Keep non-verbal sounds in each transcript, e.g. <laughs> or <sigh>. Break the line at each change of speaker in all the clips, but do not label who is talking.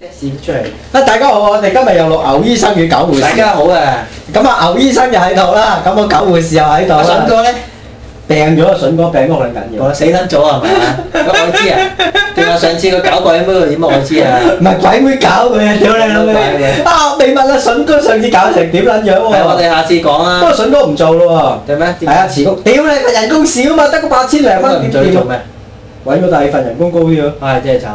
出嚟啊！大家好，我哋今日又錄牛醫生與狗護士。
大家好啊！
咁啊，牛醫生又喺度啦，咁啊，狗護士又喺度
阿筍
啦。
哥咧，
病咗啊，筍哥病咗好撚緊要。
我死撚咗啊係
<laughs>
咪啊？咁我知啊，對我上次個搞鬼妹個點啊我知啊，
唔係鬼妹搞佢
<laughs>
啊！屌你老味
鬼妹
啊！未問啊，筍哥上次搞成點撚樣
係啊我
喎？
哋下次講
不
啊
過，筍哥唔做咯
對咩？
喎。係啊，辭工。屌你，人工少嘛，得個八千零
咁佢
蚊，
唔
點
做
掂
做
啊？
咩？
揾個第二份人工高啲咯。
唉，真係慘！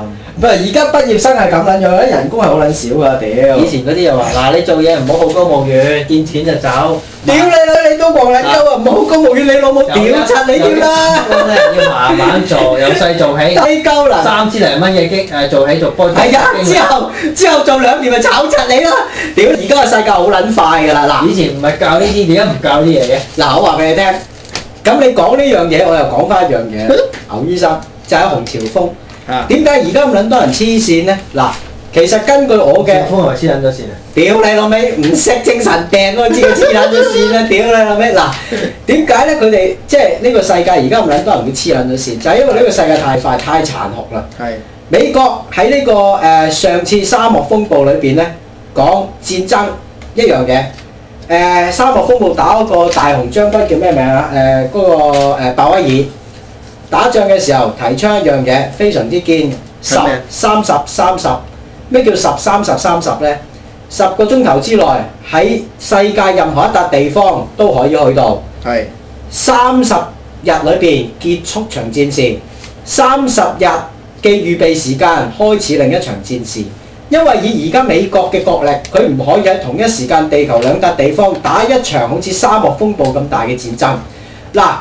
不過而家畢業生係咁撚樣咧，人工係好撚少噶，屌。
以前嗰啲又話嗱，你做嘢唔好好高騖遠，見錢就走。
屌你老，你都黃撚鳩啊！唔好公務員，你老母屌柒你添啦！
有啲人要慢
<laughs>
慢做，由細做起，
低鳩啦！
三千零蚊嘢激誒做起做波。
係啊，之後之後做兩年咪炒柒你啦！屌，而家個世界好撚快㗎啦！
以前唔係教呢啲，而家唔教呢啲嘢嘅。
嗱嗱，我話俾你聽，咁你講呢樣嘢，我又講翻一樣嘢。牛醫生就係洪朝峰，
啊！
點解而家咁撚多人黐線咧？嗱，其實根據我嘅
嘅，風係咪黐撚咗線啊？
屌你老味，唔識精神病嗰知佢黐撚咗線啦！屌你老味，
<laughs>
嗱，點解咧？佢哋即係呢個世界而家咁撚多人會黐撚咗線，就係因為呢個世界太快太殘酷啦。
係
美國喺呢、個誒、呃上次沙漠風暴裏邊咧，講戰爭一樣嘅。誒、沙漠風暴打嗰個大紅將軍叫咩名啊？誒、嗰、個誒鮑威爾打仗嘅時候提倡一樣嘢，非常之堅，十
係咩
三十三十。咩叫十三十三十咧？十個鐘頭之內喺世界任何一笪地方都可以去到。
係
三十日裏邊結束場戰事，三十日嘅預備時間開始另一場戰事。因為以而家美國嘅國力，佢唔可以喺同一時間地球兩笪地方打一場好似沙漠風暴咁大嘅戰爭。嗱，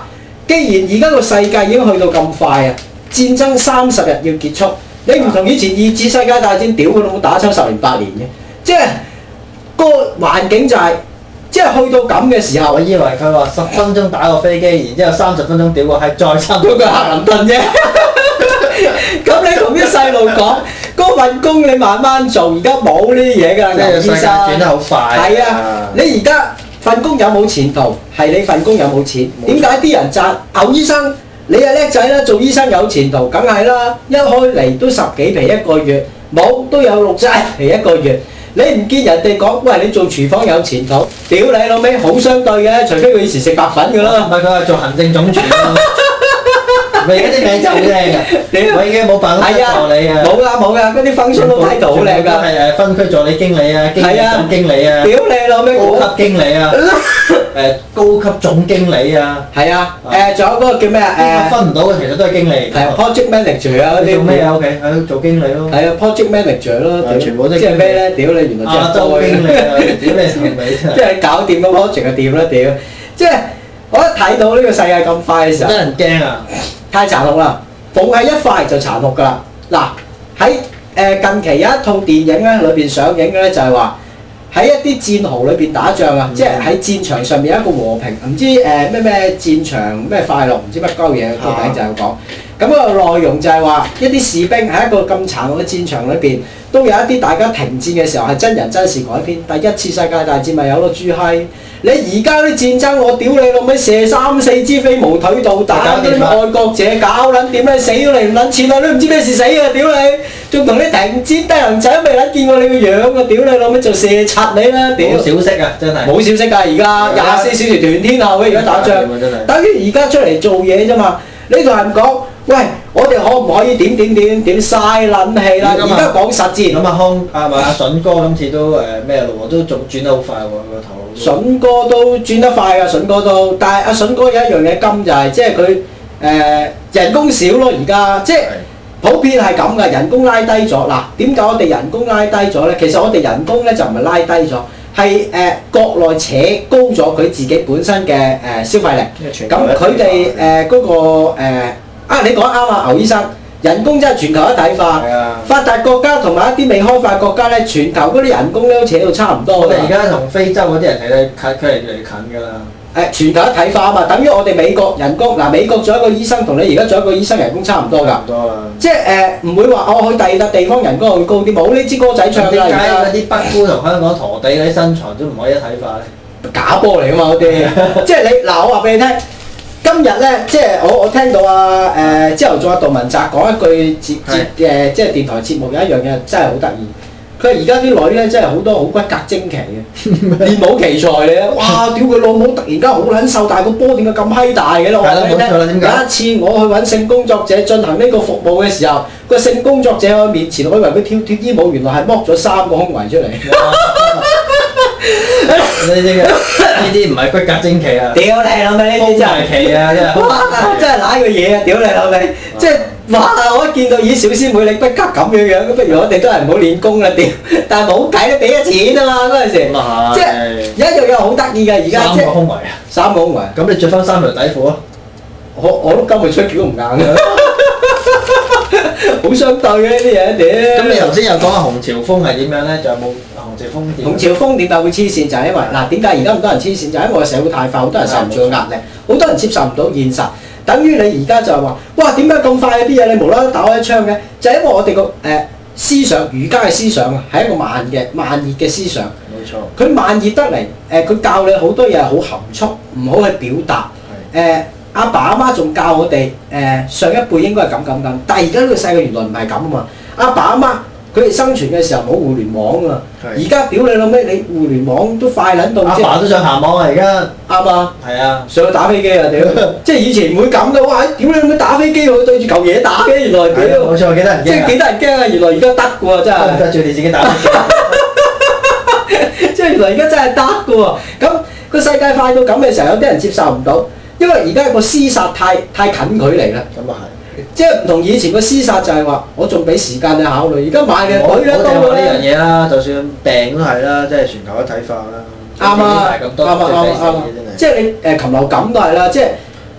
既然而家個世界已經去到咁快啊，戰爭三十日要結束，你唔同以前二次世界大戰屌佢老母打抽十年八年嘅，即係個環境就係、即係去到咁嘅時候
我。以為佢話十分鐘打個飛機，然之後三十分鐘屌個閪，再
<laughs>
三
嗰個克林頓啫。咁你同啲細路講，嗰份工你慢慢做，而家冇呢啲嘢㗎啦，
即係
牛醫
世界轉得
生。
好快。
係啊，你而家份工有冇前途？係你份工有冇錢？
冇
點
錯
解啲人讚牛醫生？你係叻仔啦，做醫生有前途，梗係啦，一開嚟都十幾皮一個月，冇都有六七皮一個月。你唔見人哋講，喂，你做廚房有前途？屌你老味，好相對嘅，除非佢以前食白粉㗎啦
唔。係佢話做行政總廚啊嘛。咪而家啲名就好
你
靚嘅，我已經冇辦法
係啊，
助理啊。
冇噶冇噶，嗰啲 functional title 好靚噶。
係誒分區助理經理啊，經理
係啊
總經理啊，
屌你老味，
高級經理啊，誒高級總經理啊，
係啊，
啊
誒仲有嗰個叫咩
邊個
啊？
分唔到嘅其實都係經理
誒。係 project manager 啊嗰
你
啲
做咩？啊？屋企喺度做經理咯。
係啊，project manager 咯，
啊
屌
全部都係
即係咩咧？屌你原來
亞
即係
洲
多
經理
嘅，
啊，屌你頭尾真
<laughs>
係
即。係你搞掂個 project 就掂啦，屌！即係我一睇到呢個世界咁快嘅時候
真。人驚啊！
太殘酷啦！逢係一塊就殘酷㗎啦。嗱喺呃誒近期有一套電影咧，裏邊上映嘅咧就係話喺一啲戰壕裏邊打仗啊，
嗯
即係喺戰場上面有一個和平，唔知誒咩咩戰場咩快樂，唔知乜鳩嘢個名就有講。咁個內容就係話一啲士兵喺一個咁殘酷嘅戰場裏邊，都有一啲大家停戰嘅時候係真人真事改編。第一次世界大戰咪有咯，豬閪！你而家啲戰爭，我屌你老味，射三四支飛毛腿導彈，
搞
啲
掂啦
愛國者搞撚點咧，死都嚟唔撚切啦，都唔知咩事死啊！屌你，仲同你停戰低能仔都未撚見過你個樣啊！屌你老味，就射柒你啦！屌
好，小息啊，真係。啊
冇消息㗎而家，廿四小時團天候嘅而家打仗。
真係。
等於而家出嚟做嘢啫嘛。你同人講，喂，我哋可唔可以點點點點嘥撚氣啦？
咁啊
而家講實戰，
咁啊康啊咪阿筍哥今次都誒咩咯喎，都仲轉得好快喎，佢個頭腦都。
筍哥都轉得快啊，筍哥都。但係阿筍哥有一樣嘢金就係、即係佢誒人工少咯，而家即係。普遍係咁嘅，人工拉低咗。嗱，點解我哋人工拉低咗咧？其實我哋人工咧就唔係拉低咗，係誒、呃國內扯高咗佢自己本身嘅誒、消費力。
咁
咁佢哋誒嗰個、呃、啊，你講啱啊，牛醫生，人工真係全球一體化
係。啊，
發達國家同埋一啲未開發國家咧，全球嗰啲人工咧都扯到差唔多
我
㗎
哋而。家同非洲嗰啲人睇睇距離越嚟越近㗎啦。
誒、全球一體化啊嘛，等於我哋美國人工嗱、美國做一個醫生同你而家做一個醫生人工差唔多㗎。
差唔多啦。
即係誒唔會話我去第二笪地方人工會高啲，冇呢支歌仔唱
點
㗎
解
啦
嗰
而
啲北姑同香港陀地嗰 <laughs> 啲身材都唔可以一體化咧？
啊 <laughs> 家，假波嚟㗎嘛嗰啲，即係你嗱我話俾你聽，今日咧，即係我我聽到啊誒，朝頭早阿杜汶澤講一句節節誒，即係電台節目有一樣嘢真係好得意。佢話而家啲女咧真係好多好骨骼精奇 <laughs> 嘅，練武奇才嚟啊！哇，屌佢老母！突然間好撚瘦，但係個波點解咁閪大嘅咧？我話俾你
係啦冇錯啦
聽
點解
有一次我去揾性工作者進行呢個服務嘅時候，個性工作者喺我面前，我以為佢跳脱衣舞，原來係剝咗三個胸圍出嚟。
呢啲嘅呢啲唔係骨骼精奇啊，
屌你老味！呢啲真係
係奇啊，真係。
哇！真係揦個嘢啊！屌你老味！即係哇！我一見到咦小師妹你骨格咁樣樣，咁不如我哋都係唔好練功 <laughs> 啦屌！但係冇計都俾咗錢啊嘛嗰陣時
咁，啊
即係
係
有一樣嘢好得意嘅而家
三
即
個
係
胸圍啊，
三個胸圍，
咁你着翻三條底褲啊？
我我都今日出橋唔硬 <laughs> 嘅，好相對嘅呢啲嘢屌！
咁你頭先又講下紅潮風係點樣咧？仲有冇紅潮風點？
洪朝峰點解會黐線？就係、因為嗱，點解而家咁多人黐線？就係、因為個社會太快，好多人受唔住個壓力，好多人接受唔到現實。等於你而家就係話，哇，點解咁快啲嘢你無啦啦打開一槍嘅？就係、因為我哋個誒思想，儒家嘅思想啊，係一個慢嘅、慢熱嘅思想。
冇錯，
佢慢熱得嚟，誒、佢教你好多嘢係好含蓄，唔好去表達。誒、阿爸阿媽仲教我哋誒、上一輩應該係咁咁咁，但係而家呢個世界原來唔係咁啊嘛。阿爸阿媽佢哋生存嘅時候冇互聯網啊。而
係。
家屌你老味，你互聯網都快撚到
阿
即係
爸都想行網啊，而家
啱啊！
係啊，
上去打飛機啊
<laughs>
屌！即係以前唔會咁嘅，哇！屌你老味打飛機，我對住嚿嘢打嘅，原來
係啊
屌
冇，錯，幾得人
即係
驚
幾得人驚啊！原來而家得嘅喎，真
啊！
係，
得住你自己打飛機，
即係原來而家真係得嘅喎。咁個世界快到咁嘅時候，有啲人接受唔到，因為而家個廝殺太太近距離啦。
咁啊
即係唔同以前個廝殺就係話，我仲俾時間你考慮，而家買
係。
嘅
我我
隊
哋
咧到
話
㗎
呢樣
啦。
嘢啦，就算病都係啦，即係全球一體化啦。
啱啊！
咁
啱
多
啊！啱啊！啱啊！即係你誒禽流感都係啦，即係。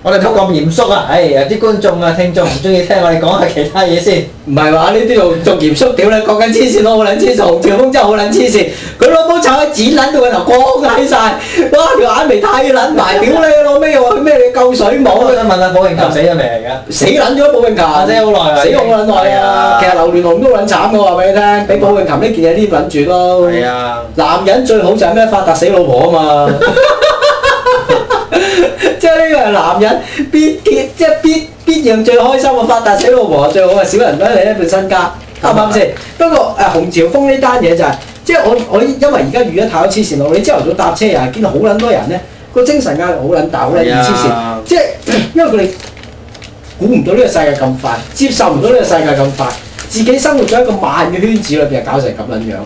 我哋唔好咁嚴肅啊！唉，有啲觀眾啊、聽眾唔中意聽，我哋講下其他嘢先。
唔係話呢啲仲仲嚴肅，屌你講緊黐線，我好撚黐線，洪朝峰真係好撚黐線，佢老母炒佢剪撚到個頭光閪晒，哇條眼眉太撚埋，屌你老味又話咩你救水
我
母
都，想問下寶慶球死咗未啊嚟㗎？
死撚咗保永琴，
死咗好耐啦
死咗好撚耐啊！
係啊
其實劉連雄都撚慘嘅話俾你聽，俾保永琴呢件嘢黏撚住咯。
係啊，
男人最好就係咩發達死老婆啊嘛，
<laughs>
即係呢個係男人必必即係必必樣最開心啊！發達死老婆最好啊，少人得你一半身家，啱唔啱先？不過誒洪朝峰呢單嘢就係、即係我我因為而家遇咗太多黐線佬，你朝頭早搭車又係見到好撚多人咧，個精神壓力好撚大，好撚易黐
係
線，
啊
即係 <clears throat> 因為佢哋估唔到呢個世界咁快，接受唔到呢個世界咁快，自己生活咗一個慢嘅圈子裏邊，搞成咁撚樣。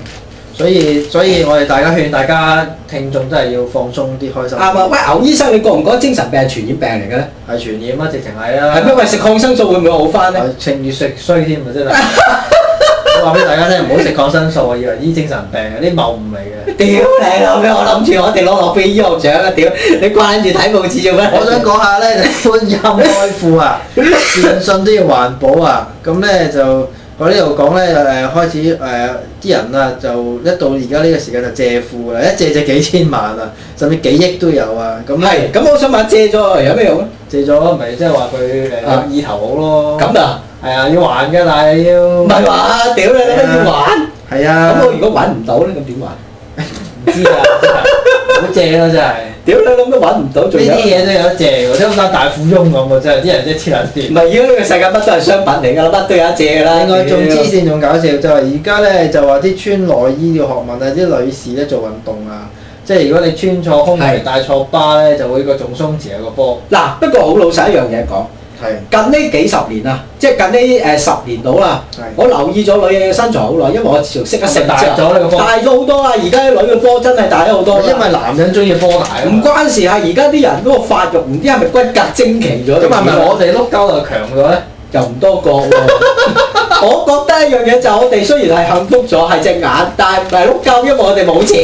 所以所以我哋大家勸大家聽眾真係要放鬆啲，開心啲。
啱啊！喂，牛醫生，你覺唔覺得精神病係傳染病嚟嘅咧？
係傳染啊，直情係啊。
係咩？喂，食抗生素會唔會好翻咧？
我情願食衰添啊， <laughs> 真係。我話俾大家聽，唔好食抗生素啊，以為醫精神病啊，啲謬誤嚟嘅。
<laughs> 屌你老味！我諗住我哋攞諾貝爾醫學獎啊！屌， <laughs> 你關住睇報紙做咩？
我想講下咧，就觀音開庫啊，善信都要環保啊。咁咧就我呢度講咧誒，開始誒啲人啊，就一到而家呢個時間就借庫啦，一借借幾千萬啊，甚至幾億都有啊。咁
<laughs> 唔
咧
係咁，我想問借咗落嚟有咩用咧？
借咗咪即係話佢
啊
誒意頭好咯。
咁啊，
係啊，要還㗎，但係要
唔係話屌你老味要還？
係啊
咁，我如果揾唔到咧，咁點還？
唔知啊，真係好借咯，真係。
屌你老味揾唔到，
呢
仲有
啲嘢都有得借喎，即係好似大富翁咁喎，真係啲人真係黐撚
唔
線。
係而家呢個世界乜都係商品嚟㗎啦，乜都有得借㗎啦。
另外仲黐
屌
線仲搞笑，就係而家咧就話啲穿內衣要學問啊，啲女士咧做運動啊，即係如果你穿錯胸圍
係
戴錯巴咧，就會個仲鬆弛啊個波。
嗱，不過好老實一樣嘢講，
係
近呢幾十年啊，即係近呢誒十年到啦。
係
我留意咗女人嘅身材好耐，因為我自從識得食
大
之後
咗呢個波
大咗好多啊！而家啲女嘅波真係大咗好多啦。
因為男人中意波大啊
唔
嘛。
關事啊，而家啲人嗰個發育唔知係咪骨骼精奇咗？
咁係咪我哋碌鳩就強咗咧？
又唔多覺
<laughs>
喎？我覺得一樣嘢就係我哋雖然係幸福咗，係隻眼，但係唔係碌鳩，因為我哋冇錢，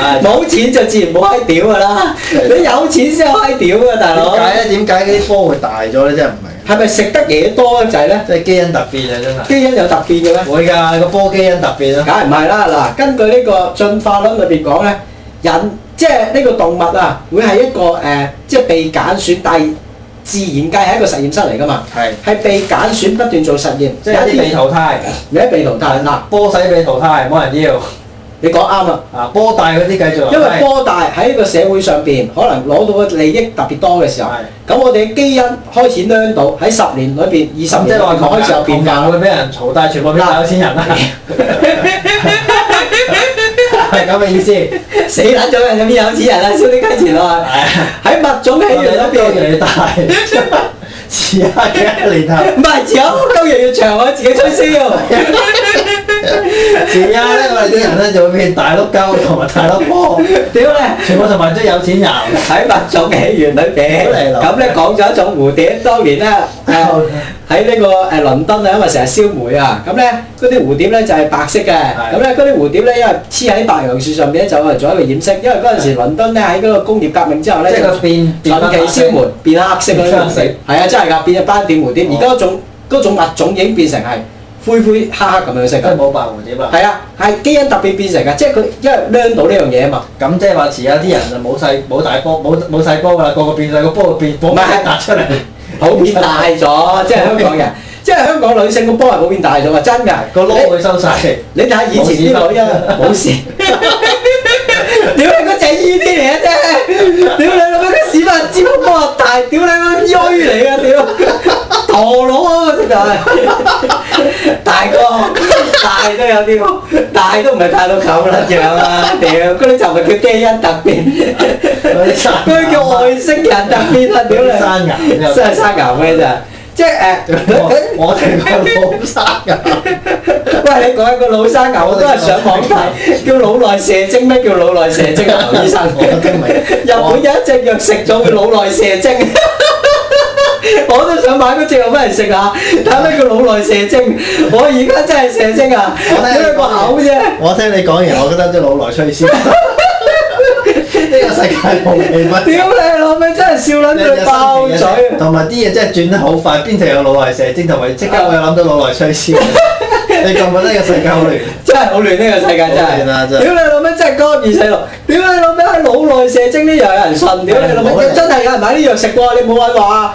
唉
冇錢就自然冇閪屌噶啦。你有錢先有閪屌噶，大
點
佬。
解咧？點解嗰啲波會大咗咧？真係唔明。
係咪食得嘢多就係咧？
即係基因突變啊！真係。
基因有突變嘅咩？
會㗎，個波基因突變啊！
梗係唔係啦？嗱，根據呢個進化論裏邊講咧，人即係呢個動物啊，會係一個誒、呃即係被揀選，但係自然界係一個實驗室嚟噶嘛，
係，
係被揀選不斷做實驗，
即係有啲
有
被淘汰，
有一被淘汰嗱。
波仔被淘汰，冇人要。
你講啱啦，
啊波大嗰啲繼續留低
因為波大喺呢個社會上邊，可能攞到嘅利益特別多嘅時候
係，
咁我哋嘅基因開始孏到喺十年裏邊、二十
咁即
年裏
係話
邊
窮
開始有
人
變
變
化
化。會俾人嘈，但係全部俾晒有錢人啦， <laughs> 係咁嘅意思。
<laughs> 死撚咗人，咁邊有錢人啊？燒啲雞前啊！喺物種嘅起
我
源
哋
裏
都越嚟
邊，
越大，遲下嘅年頭，
唔係有鳩越嚟越長，我自己吹簫。
遲下咧我哋啲人咧就會變大碌鳩同埋大碌波，
屌咧！
全部同埋都有錢人。
喺物種起源裏邊，咁咧講咗一種蝴蝶，當年咧
<laughs>
誒喺呢個誒倫敦啊，因為成日燒煤啊，咁咧嗰啲蝴蝶咧就係白色嘅，咁咧嗰啲蝴蝶咧因為黐喺白楊樹上邊咧，就係做一個掩飾，因為嗰陣時倫敦咧喺嗰個工業革命之後咧，
即係個變變翻
長期燒
<laughs>
煤變黑色嗰啲
變黑
蝴
色哦
蝶，係啊真係㗎，變咗斑點蝴蝶，而家嗰種嗰種物種已經變成係灰灰黑黑咁樣色
即係
㗎，
冇白蝴蝶啦。
係啊係基因特別變成㗎，即係佢因為孭到呢樣嘢啊嘛。
咁即係話遲下啲人就冇細冇大波冇冇細波㗎啦，個個變細個波變波
唔係
突出嚟。
普遍大咗，即係香港 <laughs> 人，即係香港女性個波係普遍大咗㗎，真㗎。
個窿會收 <laughs> 晒，
你你睇下以前啲女啊，冇事。屌你嗰隻依啲嚟嘅啫！屌你老母個屎忽尖波啊大，屌你老母衰嚟啊！屌陀螺啊！直頭係大哥大都有啲喎，大都唔係大到咁啦，樣啊！屌嗰啲就唔係叫基因突變。
嗰啲山
佢叫外星人特別啊！屌你，
山牙
真係山牛咩咋？即係誒， <laughs> 佢
我我哋個老山㗎，
佢喂你講一個老山牛，我都係上網 <laughs> 睇，叫腦內射精咩？叫腦內射精 <laughs> 啊，劉醫生。
我都明
日本有一隻藥食咗叫腦內射精， <laughs> 我都想買嗰隻藥翻嚟食下，睇下咩叫腦內射精。我而家真係射精啊，
我聽
因為
你
個
講
口啫。
我聽你講完，我覺得啲老來吹簫。呢個世界冇氣氛。
屌你老味，真係笑撚佢爆嘴。啊
同埋啲嘢真係轉得好快，邊度有老來射精，同埋即刻我有諗到老來吹 <laughs> 簫。你覺唔覺得呢個世界好亂？
真係好亂呢個世界真
好亂啊
係，
真係
屌你老味真係江二細路，屌你老味喺腦內射精呢樣有人信，屌你老
冇
味
人
真係有人買呢藥食過，你冇揾話啊！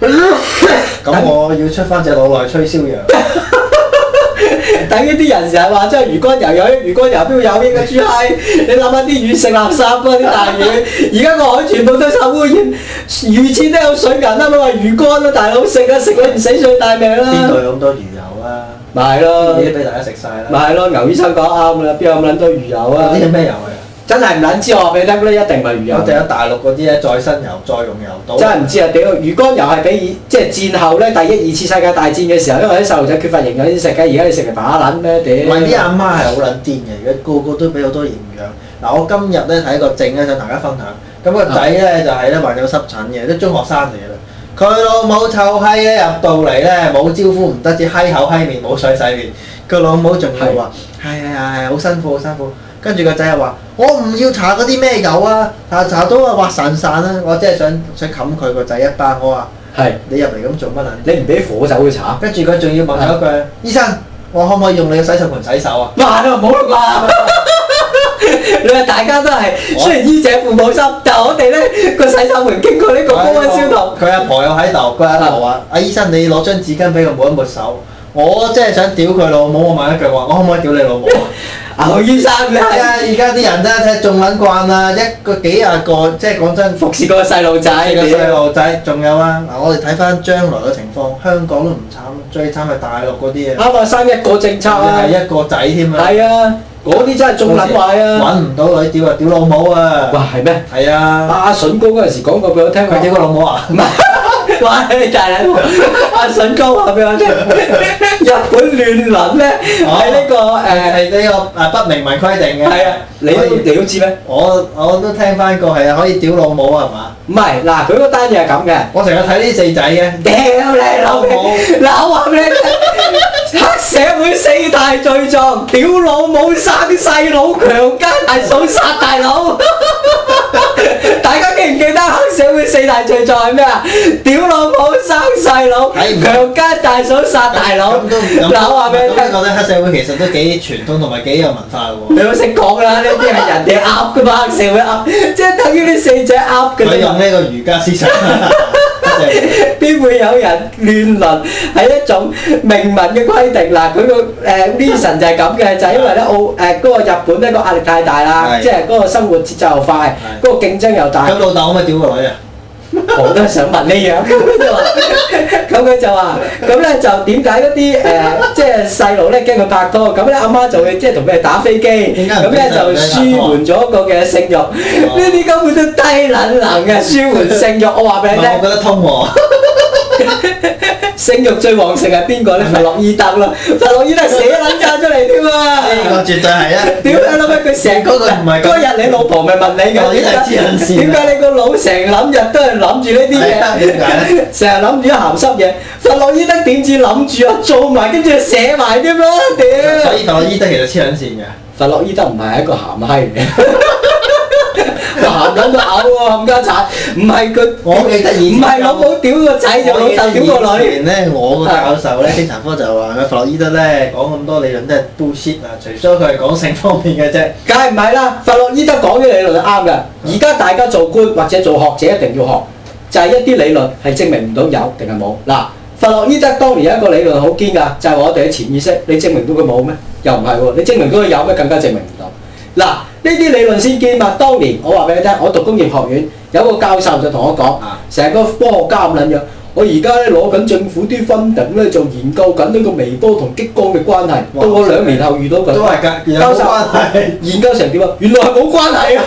咁啊我要出翻隻老來吹簫藥，
等於啲人成日話真係魚肝油有益，魚肝油邊有益嘅豬閪？你諗下啲魚食垃圾嗰啲大魚，而家個海全部都受污染，魚翅都有水銀啊啦，咪話魚肝啦，大佬食啊食你唔死最大命
邊度
啦！
有咁多魚油啊？
咪係咯
啲，嘢俾大家食晒
咪
啦。
係咯，牛醫生講啱啦，邊有咁撚多魚油
嗰
啊
啲？係咩油嚟
真係唔撚知我話俾你聽，嗰啲一定唔係魚
啊？
油
我。哋喺大陸嗰啲咧，再生油、再用油到。
真係唔知啊！屌，魚肝油係俾即係戰後咧第一二次世界大戰嘅時候，因為啲細路仔缺乏營養先食嘅，而家你食嚟把撚咩？屌，
唔係啲阿媽係好撚癲嘅，而家個個都俾好多營養。嗱，我今日咧睇個證咧，想大家分享。咁個仔咧就係咧患有濕疹嘅，都中學生嚟嘅啦。佢老母臭閪咧入到嚟咧，冇招呼唔得，只閪口閪面，冇水洗面。佢老母仲要話：係啊係，好辛苦好辛苦。跟住個仔又話：我唔要搽嗰啲咩油啊，搽搽到啊滑潺潺啊！我真係想想冚佢個仔一巴。我話
係
你入嚟咁做乜撚？
你唔俾火酒佢
<laughs>
搽，
跟住佢仲要問我一句：醫生，我可唔可以用你嘅洗手盆洗手啊？
哇！你話冇啦啩？你話大家都係雖然醫者父母心，但係我哋咧個洗手盆經過呢個高温消毒，
佢阿婆又喺度，佢阿婆話：阿醫生，你攞張紙巾俾佢抹一抹手。我真係想屌佢老母，我問一句話：我可唔可以屌你老母啊？
牛醫生你
係
<laughs> 係
啊！而家啲人真係仲撚慣啦，一個幾廿個，即係講真，
服侍個細路仔，
係個啊細
屌
路仔，仲有啊！嗱，我哋睇翻將來嘅情況，香港都唔慘，最慘係大陸嗰啲啊，
啱啊！生一個政策啊，
係一個仔添啊，
係啊，嗰啲真係中撚壞啊！
揾唔到女屌啊，屌老母啊！
哇，係咩？
係啊，
阿筍哥嗰陣時講過俾我聽，
佢屌個老母啊！
唔係，哇！你大佬，阿筍哥話俾我聽，日本亂倫咧喺呢個誒，
係呢個誒不明文規定嘅。
係啊，你都
可以
你都知咩？
我我都聽翻過係啊，可以屌老母啊係嘛？
唔係嗱，佢嗰單嘢係咁嘅，
我成日睇呢四仔嘅，
屌你老味！嗱，我話俾你聽，黑社會四大罪狀，屌老母、生細佬、強姦大嫂、殺大佬。大家記唔記得黑社會四大罪狀係咩啊？屌老母、生細佬、
睇唔
強姦大嫂、殺大佬。
咁都唔咁
嗱，我話俾你聽
咁。覺得黑社會其實都幾傳統同埋幾有文化嘅
你
喎。
都識講啦，呢啲係人哋噏噶嘛，黑社會噏，即係等於呢四隻噏嘅
佢
啫
用
嘛。
呢個儒家思想，真係
邊會有人亂倫係一種明文嘅規定嗱？佢個誒 reason 就係咁嘅，就係、因為咧澳誒嗰個日本咧個壓力太大啦，
係
即係嗰個生活節奏又快，嗰個競爭又大
佢，老豆可唔可以屌個女啊？
我都想問呢樣。
<laughs>
咁佢就話，咁佢就話，咁咧就點解嗰啲誒即係細路咧驚佢拍拖，咁咧阿媽就會即係同佢哋打飛機，
點解唔
咁
俾
咧
細路
就
仔
舒
拍拖啊哦
緩咗個嘅性慾。呢啲根本都低撚能嘅舒緩性慾，我話
唔
俾你聽
係，我。覺得通喎。
性慾最旺盛係邊個咧？弗洛伊德啦，弗洛伊德寫撚晒出嚟添
呢個
啊！
絕對係啊！
屌你老味，佢成個
嗰個唔係咁
嗰日你老婆咪問你
我
嘅，
呢個係黐撚線啊
點解你個腦成諗日都係諗住呢啲
係啊點解咧
<laughs> 嘢？成日諗住啲鹹濕嘢，弗洛伊德點止諗住啊？做埋跟住寫埋添啦！屌
所！以我依得其實黐撚線嘅。
弗洛伊德唔係一個鹹閪嚟嘅。 <laughs> 鹹撚到嘔喎，冚家鏟！唔係佢，
我記得以前
唔係老母屌個仔，就老豆屌個女。
以前咧，我個教授咧，精神科就話嘅弗洛伊德咧講咁多理論都係 bullshit 啊，除咗佢係講性方面嘅啫。
梗係唔係啦？弗洛伊德講嘅理論係啱嘅。而家大家做官或者做學者一定要學，就係、一啲理論係證明唔到有定係冇。嗱，弗洛伊德當年有一個理論好堅㗎，就係、我哋嘅潛意識，你證明到佢冇咩？又唔係喎，你證明到佢有咩更加證明唔到。嗱，呢啲理論先堅嘛。當年我話俾你聽，我讀工業學院有個教授就同我講
啊，
成個科學家咁撚樣。我而家咧攞緊政府啲 funding 咧，就研究緊呢個微波同激光嘅關係。
哇
到我兩年後遇到佢，
都係㗎，有
教
冇
授
關係？
研究成點啊？原來係冇關係 <laughs> 啊！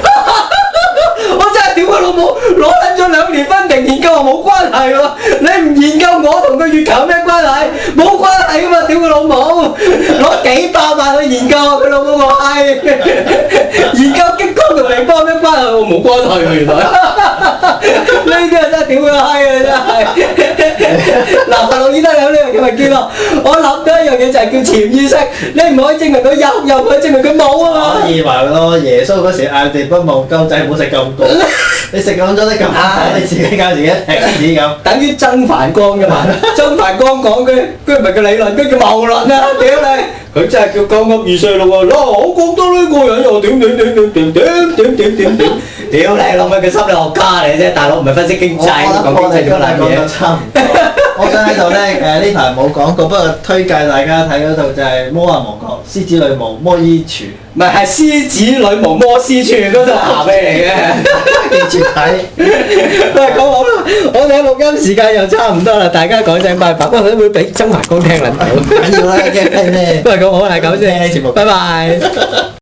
我真係屌佢老母，攞撚咗兩年分定研究話冇關係喎、你唔研究我同個月球有咩關係？冇關係噶嘛！屌佢老母，攞幾百萬去研究啊！佢老母我閪，研究激光同微波有咩關係？我冇關係啊！原來 <laughs> 呢啲啊真係屌佢閪啊！真係。嗱，白老醫得有呢樣嘢咪堅咯。我諗到一樣嘢就係叫潛意識，你唔可以證明佢有，又唔可以證明佢冇啊嘛
我。以為咯，耶穌嗰時嗌地不忘鳩仔，唔好食咁 <laughs> 多。你食咁多都咁多，你自己教自己停止咁。
等於曾凡光啫嘛，曾凡光講嘅，佢唔係叫理論，佢叫謬論啊！屌你，佢真係叫講噏二世咯喎！嗱，我覺得呢個人又點點點點點點點點點點，屌你老味，佢心理學家嚟啫，大佬唔係分析經
我
濟，講
我哋
經濟
今
做
日
乜
講
嘢
到？差唔多。 <laughs> 我想喺度咧，誒呢排冇講過，不過推介大家睇嗰套就係《摩亞王國》《獅子女巫》《摩伊 <laughs> 廚
唔係係獅子女巫摩斯傳嗰度鹹味嚟 <laughs> 嘅。》，
記住 <laughs> 睇。
喂，咁好啦，我哋嘅錄音時間又差唔多啦，大家講聲拜拜。喂，佢會
<laughs>
俾曾凡光聽撚到。
緊要啦，驚咩？
喂，咁好係咁先，
聽呢節目
拜拜。